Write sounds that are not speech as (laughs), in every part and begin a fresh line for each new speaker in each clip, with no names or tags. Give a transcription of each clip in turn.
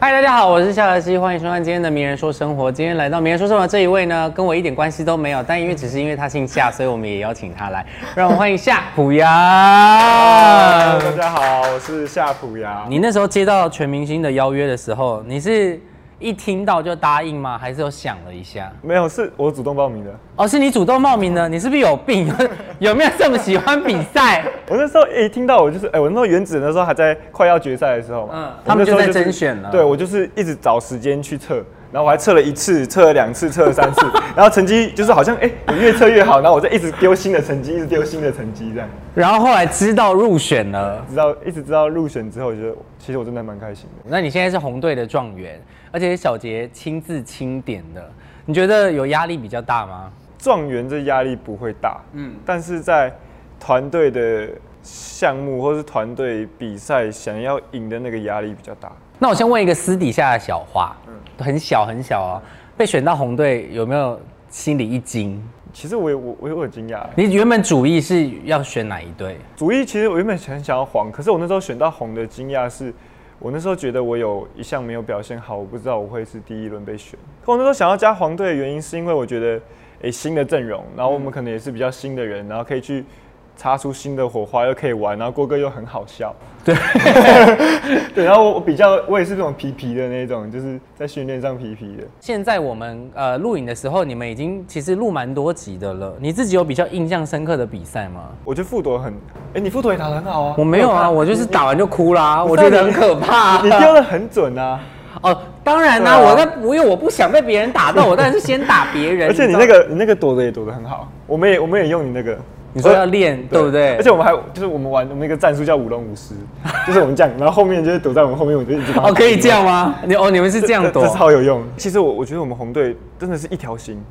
嗨，大家好，我是夏荷西，欢迎收看今天的《名人说生活》。今天来到《名人说生活》这一位呢，跟我一点关系都没有，但因为只是因为他姓夏，所以我们也邀请他来，让我们欢迎夏普阳
Hello，。大家好，我是夏普阳。
你那时候接到全明星的邀约的时候，你是一听到就答应吗？还是有想了一下？
没有，是我主动报名的。
哦，是你主动冒名的，你是不是有病？ (laughs) 有没有这么喜欢比赛？
我那时候一听到我就是，哎、我那时候原子那时候还在快要决赛的时候嘛，
嗯
我
他们
那时候
就在甄选了
对，我就是一直找时间去测，然后我还测了一次，测了两次，测了三
(laughs)
次，然后成绩就是好像，哎、我越测越好，然后我再一直丢新的成绩，一直丢新的成绩这样，
然后后来知道入选了。
直到一直直到入选之后，我觉得其实我真的还蛮开心的。
那你现在是红队的状元，而且是小杰亲自清点的，你觉得有压力比较大吗？
状元这压力不会大，
嗯
嗯，但是在团队的项目或是团队比赛想要赢的那个压力比较大。
那我先问一个私底下的小话，很小很小哦，被选到红队有没有心里一惊？
其实我也我我有点惊讶欸，
你原本主意是要选哪一队？
主意其实我原本很想要黄，可是我那时候选到红的惊讶是，我那时候觉得我有一项没有表现好，我不知道我会是第一轮被选。可我那时候想要加黄队的原因是因为我觉得，诶、新的阵容，然后我们可能也是比较新的人，然后可以去擦出新的火花，又可以玩，然后郭哥又很好笑，对， (laughs) 对，然后我我比较我也是那种皮皮的那种，就是在训练上皮皮的。
现在我们呃录影的时候，你们已经其实录蛮多集的了。你自己有比较印象深刻的比赛吗？
我觉得副夺很，诶、你副夺也打得很好啊，
我没有啊，
看
我就是打完就哭啦， (laughs)
你
我觉得很可 (laughs) 怕、
你丢的很准啊。
哦，当然啦、
对啊
我在我因为我不想被别人打到，我当然是先打别人。 (laughs)
而且你
知道
那个你那个躲的也躲得很好，我们也我们也用你那个，
你说要练，对不对？
而且我们还就是我们玩我们一个战术叫舞龙舞狮， (laughs) 就是我们这样，然后后面就是躲在我们后面，我就一直帮他
哦，可以这样吗？你哦，你们是这样
这这
躲。
超有用。其实我我觉得我们红队真的是一条心，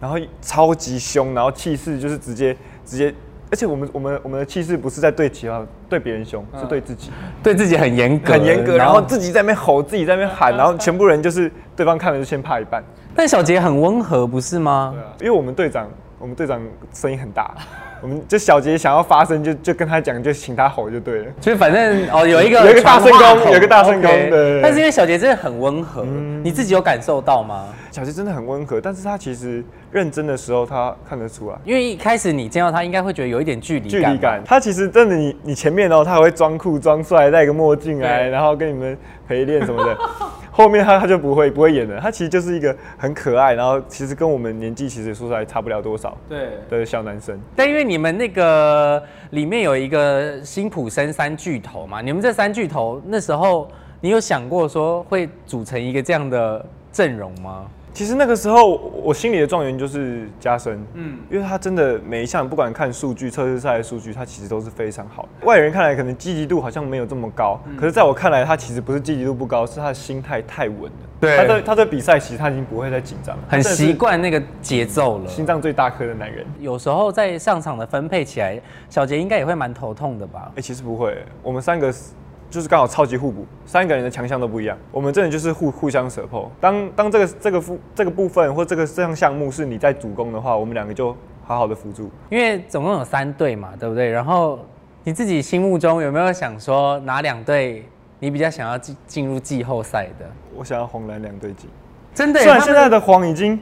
然后超级凶，然后气势就是直接直接，而且我们我们我们的气势不是在对其他对别人凶，是对自己。
对自己很严格，
很严格，然后自己在那边吼，自己在那边
嗯
喊，然后全部人就是对方看了就先怕一半，
但小杰很温和，不是吗？
啊因为我们队长，我们队长声音很大， (laughs) 我们就小杰想要发声，就就跟他讲，就请他吼就对了。
所以反正哦，有一个
有一个大
传话
圣功
筒
有一个大圣
OK
功对对嗯对
但是因为小杰真的很温和，你自己有感受到吗？
小杰真的很温和，但是他其实认真的时候，他看得出来
因为一开始你见到他，应该会觉得有一点距离
距
感。
离感。他其实真的你，你前面哦，他还会装酷装帅，戴个墨镜来，
对
然后跟你们陪练什么的。后面他他就不会不会演了，他其实就是一个很可爱，然后其实跟我们年纪其实说出来差不了多少
对。
的小男生。
但因为你们那个里面有一个辛普森三巨头嘛，你们这三巨头那时候，你有想过说会组成一个这样的阵容吗？
其实那个时候，我心里的状元就是加深，
嗯
嗯，因为他真的每一项，不管看数据、测试赛的数据，他其实都是非常好的。外人看来可能积极度好像没有这么高，可是在我看来，他其实不是积极度不高，是他的心态太稳了。
对
他对他对比赛其实他已经不会再紧张了，
很
他真的是
习惯那个节奏了。
心脏最大颗的男人。
有时候在上场的分配起来，小杰应该也会蛮头痛的吧
哎、？其实不会，我们三个是就是刚好超级互补，三个人的强项都不一样。我们真的就是互互相 support。当当这个这个部这个部分或这个这项项目是你在主攻的话，我们两个就好好的辅助。
因为总共有三队嘛，对不对？然后你自己心目中有没有想说哪两队你比较想要进进入季后赛的？
我想要红蓝两对进，
真的耶，
虽然
他
现
们
在的黄已经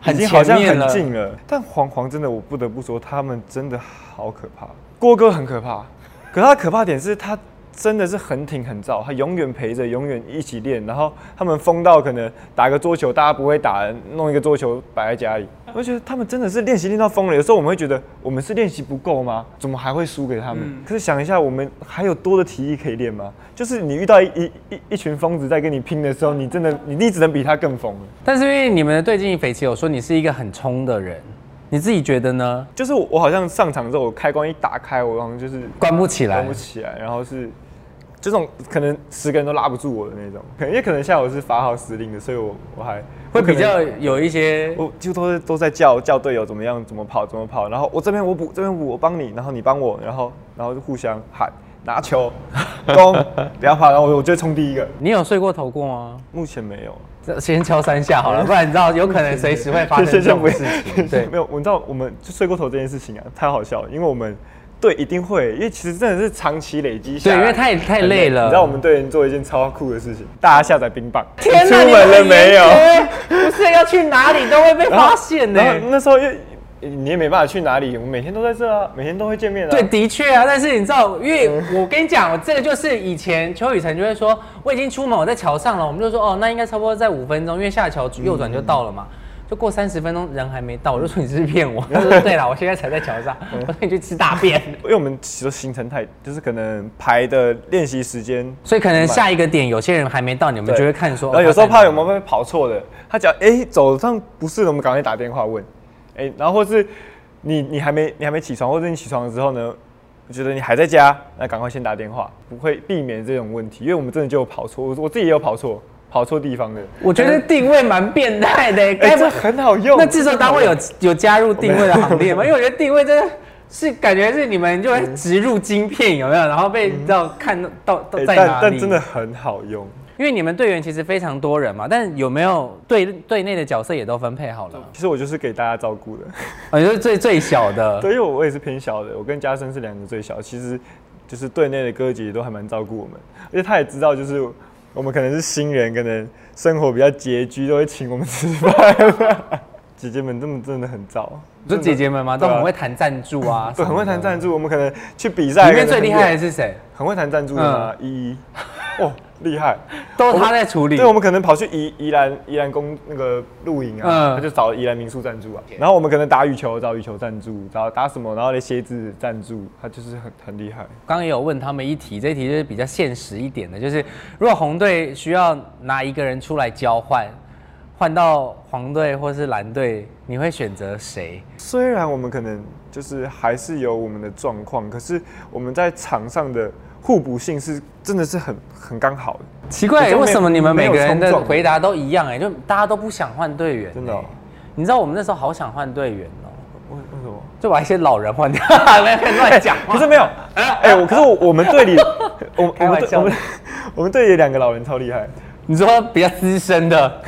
很
已经好像
前面
很
了
近了，但黄黄真的我不得不说，他们真的好可怕。郭哥很可怕，可他可怕点是他真的是很挺很燥，他永远陪着，永远一起练。然后他们疯到可能打个桌球，大家不会打，弄一个桌球摆在家里。我觉得他们真的是练习练到疯了。有时候我们会觉得我们是练习不够吗？怎么还会输给他们？可是想一下，我们还有多的体力可以练吗？就是你遇到一一一一群疯子在跟你拼的时候，你真的你你只能比他更疯了。
但是因为你们的对镜匪棋有说你是一个很冲的人，你自己觉得呢？
就是我我好像上场之后，我开关一打开，我好像就是
关不起来
关不，起来，然后是这种可能十个人都拉不住我的那种， (laughs) 可能也可能像我是法号司令的，所以我我还
会
我可
比
能
较有一些
我几乎都是都在叫叫队友怎么样怎么跑怎么跑，然后我这边我补这边补我帮你，然后你帮我，然后然后就互相喊拿球 (laughs) 攻不要怕，然后我我就冲第一个，
你有睡过头过吗？
目前没有。
这先敲三下 (laughs) 好了，不然你知道有可能随 (laughs) 时会发生这种事情。对
(laughs) 没，有，我知道我们就睡过头这件事情啊，太好笑了，因为我们对，一定会，因为其实真的是长期累积下
对，
来。
因为太太累了。
你知道我们队员做一件超酷的事情，大家下载冰棒，
天
出
哪，你
门了没有？
有？不是要去哪里都会被发现呢、
然后那时候又你也没办法去哪里，我们每天都在这啊，每天都会见面啊。
对，的确啊，但是你知道，因为
嗯
我跟你讲，我这个就是以前邱雨辰就会说，我已经出门，我在桥上了，我们就说哦，那应该差不多在五分钟，因为下桥右转就到了
嗯
嘛。就过三十分钟，人还没到，我就说你是不是骗
(laughs)
我。他说对了，我现在才在桥上。
嗯
我说你去吃大便。
因为我们其实行程太，就是可能排的练习时间，
所以可能下一个点，有些人还没到，你们
对
就会看说。
然后有时候
哦他在
怕
哪
有没有被跑错的，他讲哎、走上不是，我们赶快打电话问，哎、然后或是你你还没你还没起床，或者你起床了之后呢，我觉得你还在家，那赶快先打电话，不会避免这种问题，因为我们真的就有跑错，我我自己也有跑错，跑错地方的，
我觉得定位蛮变态的、
哎、
该不
这很好用。
那制作单位有有加入定位的行列
(laughs)
吗？因为我觉得定位真的是感觉是你们就会
嗯
植入晶片有没有？然后被你知道看到到
哎
在
但
哪
但
里？
真的，很好用。
因为你们队员其实非常多人嘛，但有没有队队内的角色也都分配好了吗？
其实我就是给大家照顾的，
哦，就是最最小的。
(laughs) 对，因为我也是偏小的，我跟嘉生是两个最小，其实就是队内的哥哥姐姐都还蛮照顾我们，而且他也知道就是我们可能是新人，可能生活比较拮据，都会请我们吃饭。 (laughs) 姐姐们这么真的很照，
就姐姐们嘛，都
对啊
很会谈赞助啊，
(laughs) 对，很会谈
什么
赞助，我们可能去比
的。
赛，
里面
可能
最厉害的嗯是谁？
很会谈赞助的吗？依依，哦，厉害。
都是他在处理
对，。我们可能跑去宜宜兰宜兰公那个露营啊，
嗯
他就找了宜兰民宿赞助啊。然后我们可能打羽球找羽球赞助，找打什么，然后连鞋子赞助，他就是很很厉害。
刚刚也有问他们一题，这一题就是比较现实一点的，就是如果红队需要拿一个人出来交换，换到黄队或是蓝队，你会选择谁？
虽然我们可能就是还是有我们的状况，可是我们在场上的互补性是真的是很很刚好的。
奇
比
怪，
较没
为欸什么你们每个人
没有
的
冲撞
回答都一样、哎，就大家都不想换队员、
真的哦
哎你知道我们那时候好想换队员哦、
为为什么？
就把一些老人 (laughs) 换掉，没有没有乱讲 (laughs) 话。
可是没有，哎、我可是我我们 (laughs) 队里，我我
开
们
玩
队我
笑
们 (laughs) 我们队里有两个老人超厉害，
你说比较资深 (laughs) 的，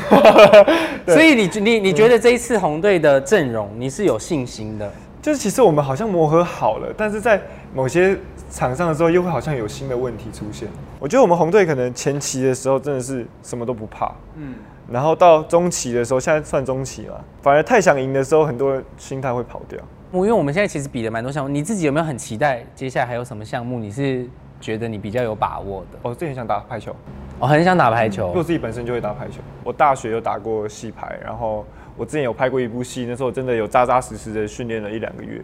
所以你你你觉得这一次红队的阵容你是有信心的？
就是其实我们好像磨合好了，但是在某些场上的时候，又会好像有新的问题出现。我觉得我们红队可能前期的时候真的是什么都不怕，
嗯。
然后到中期的时候，现在算中期嘛，反而太想赢的时候，很多人心态会跑掉。
我因为我们现在其实比了蛮多项目，你自己有没有很期待接下来还有什么项目？你是觉得你比较有把握的？
我自己哦很想打排球，
我、很想打排
因为我
球，
自己本身就会打排球。我大学有打过戏排，然后我之前有拍过一部戏，那时候我真的有扎扎实实的训练了一两个月。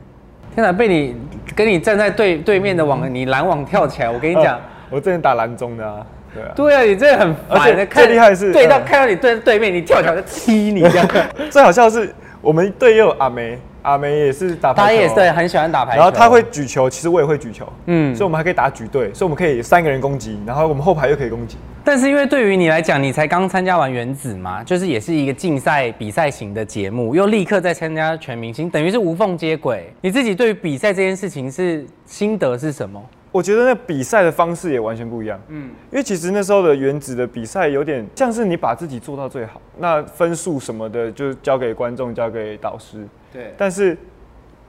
天哪！被你跟你站在对对面的
嗯
网，你拦网跳起来，我跟你讲
啊，我之前打蓝中的啊，对啊。
对啊，你真的很
而
烦
且
的。看
最厉害的是
对到
嗯
看到你对对面，你跳起来我就踢你这
(laughs)
样。
最好笑的是，我们队也有阿梅，阿梅也是打排球，啊
他也是很喜欢打排球，
哦然后他会举球，其实我也会举球，
嗯
嗯，所以我们还可以打举队，所以我们可以三个人攻击，然后我们后排又可以攻击。
但是因为对于你来讲，你才刚参加完原子嘛，就是也是一个竞赛比赛型的节目，又立刻再参加全明星，等于是无缝接轨。你自己对于比赛这件事情是心得是什么？
我觉得那比赛的方式也完全不一样，嗯，因为其实那时候的原子的比赛有点像是你把自己做到最好，那分数什么的就交给观众，交给导师，
对
但是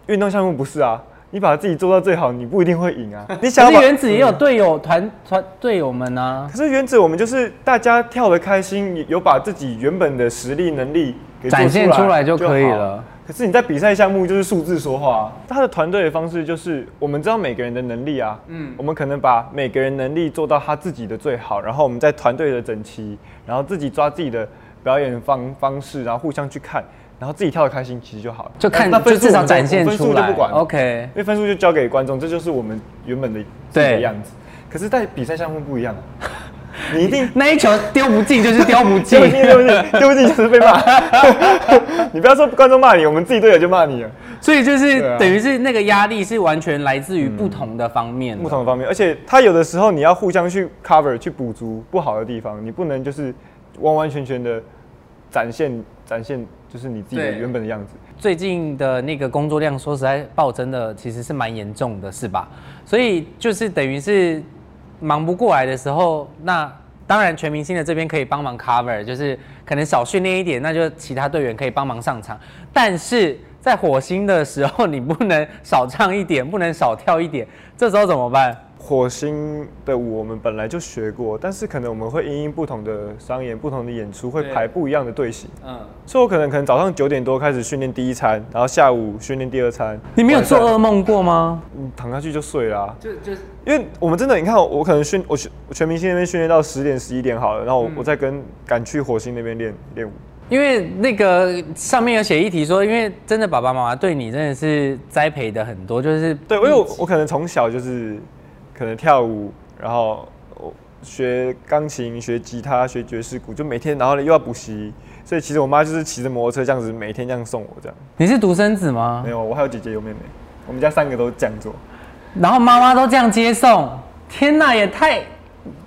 运动项目不是啊，你把自己做到最好，你不一定会赢啊，你
可
想
是
要把
原子也有队友团团队友们啊，
可是原子，我们就是大家跳得开心，有把自己原本的实力能力给做
展现出来就可以
好
了。
可是你在比赛项目就是数字说话啊、他的团队的方式就是我们知道每个人的能力啊，嗯，我们可能把每个人能力做到他自己的最好，然后我们在团队的整齐，然后自己抓自己的表演方方式，然后互相去看，然后自己跳得开心，其实就好了。
就看
那
就
分数
至
我
少
们
展现
分
出
数就
来
不管。
OK，
因为分数就交给观众，这就是我们原本的自己的
对
样子。可是，在比赛项目不一样
(laughs)
啊，你一定
那一球丢不进 (laughs) 就是丢不进
对。不起，对不起，对不起，就是被骂。你不要说观众骂你， (laughs) 我们自己队友就骂你了。
所以就是
对啊
等于是那个压力是完全来自于不同的方面的
不同的方面，而且他有的时候你要互相去 cover 去补足不好的地方，你不能就是完完全全的展现展现就是你自己的
对
原本的样子。
最近的那个工作量，说实在暴增的，其实是蛮严重的，是吧？所以就是等于是忙不过来的时候，那当然全明星的这边可以帮忙 cover，就是可能少训练一点，那就其他队员可以帮忙上场。但是在火星的时候，你不能少唱一点，不能少跳一点，这时候怎么办？
火星的舞我们本来就学过，但是可能我们会因应不同的商演、不同的演出，会
对
排不一样的队形。
嗯，
所以我可能可能早上九点多开始训练第一餐，然后下午训练第二餐。
你没有做
晚
噩
上？
梦过吗？
嗯躺下去就睡啦、
就就
因为我们真的，你看我我可能训我全我全明星那边训练到十点十一点好了，然后我、我再跟赶去火星那边练练舞。
因为那个上面有写一题说，因为真的爸爸妈妈对你真的是栽培的很多，就是
对，因为
嗯
我我可能从小就是可能跳舞，然后我学钢琴、学吉他、学爵士鼓，就每天然后呢又要补习，所以其实我妈就是骑着摩托车这样子，每天这样送我这样。
你是独生子吗
没？有，我还有姐姐有妹妹，我们家三个都这样做。
然后妈妈都这样接送，天哪，也太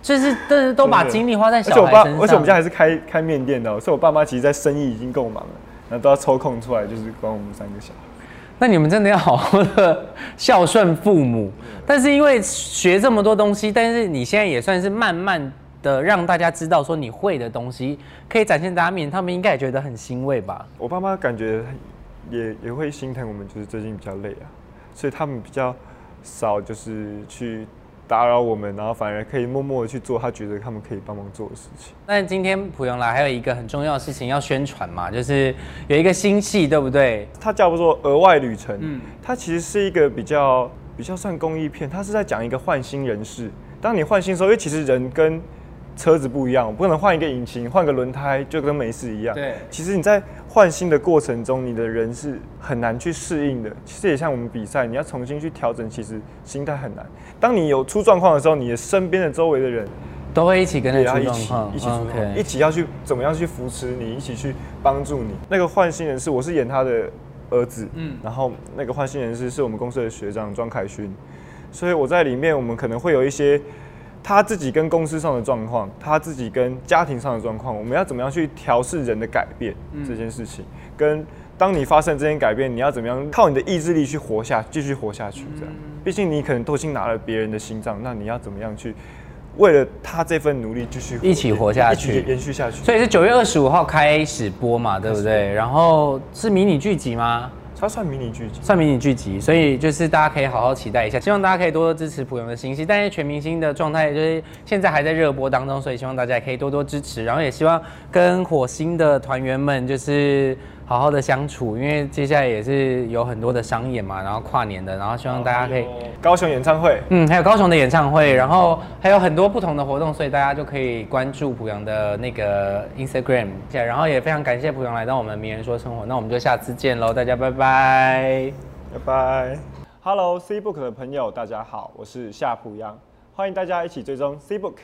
就是都都把
真的
精力花在
而且
小
我
孩
爸，
身上。
而且我们家还是开开面店的哦，所以我爸妈其实，在生意已经够忙了，然后都要抽空出来，就是管我们三个小孩。
那你们真的要好好的孝顺父母。但是因为学这么多东西，但是你现在也算是慢慢的让大家知道说你会的东西，可以展现大家面前，他们应该也觉得很欣慰吧？
我爸妈感觉也也会心疼我们，就是最近比较累啊，所以他们比较少就是去打扰我们，然后反而可以默默的去做他觉得他们可以帮忙做的事情。
但今天普勇来还有一个很重要的事情要宣传嘛，就是有一个新戏，对不对？
它叫做额外旅程，
嗯
它其实是一个比较比较算公益片，它是在讲一个换新人士。当你换新的时候，因为其实人跟车子不一样，我不可能换一个引擎、换个轮胎就跟没事一样。
对
其实你在换新的过程中，你的人是很难去适应的。其实也像我们比赛，你要重新去调整，其实心态很难。当你有出状况的时候，你的身边的周围的人
都会一起跟
也
着
要
出
一
状
起
况，
一起出
嗯，OK
一起要去怎么样去扶持你，一起去帮助你。那个换新人是我是演他的儿子，嗯，然后那个换新人是是我们公司的学长庄凯勋，所以我在里面我们可能会有一些他自己跟公司上的状况，他自己跟家庭上的状况，我们要怎么样去调试人的改变这件事情，跟当你发生这件改变，你要怎么样靠你的意志力去活下，继续活下去这样。毕竟你可能都已经拿了别人的心脏，那你要怎么样去？为了他这份努力，继续
一起活下去
一起延续下去。
所以是九月二十五号开始播嘛，对不对？然后是迷你剧集吗？
它算迷你剧集，
算迷你剧集，所以就是大家可以好好期待一下，希望大家可以多多支持普勇的新戏。但是全明星的状态就是现在还在热播当中，所以希望大家也可以多多支持，然后也希望跟火星的团员们就是好好的相处，因为接下来也是有很多的商演嘛，然后跨年的，然后希望大家可以。
高雄演唱会，
嗯，还有高雄的演唱会，然后还有很多不同的活动，所以大家就可以关注濮阳的那个 Instagram。然后也非常感谢濮阳来到我们《名人说生活》，那我们就下次见喽，大家拜拜。
拜拜。Hello C Book 的朋友，大家好，我是夏普阳，欢迎大家一起追踪 C Book。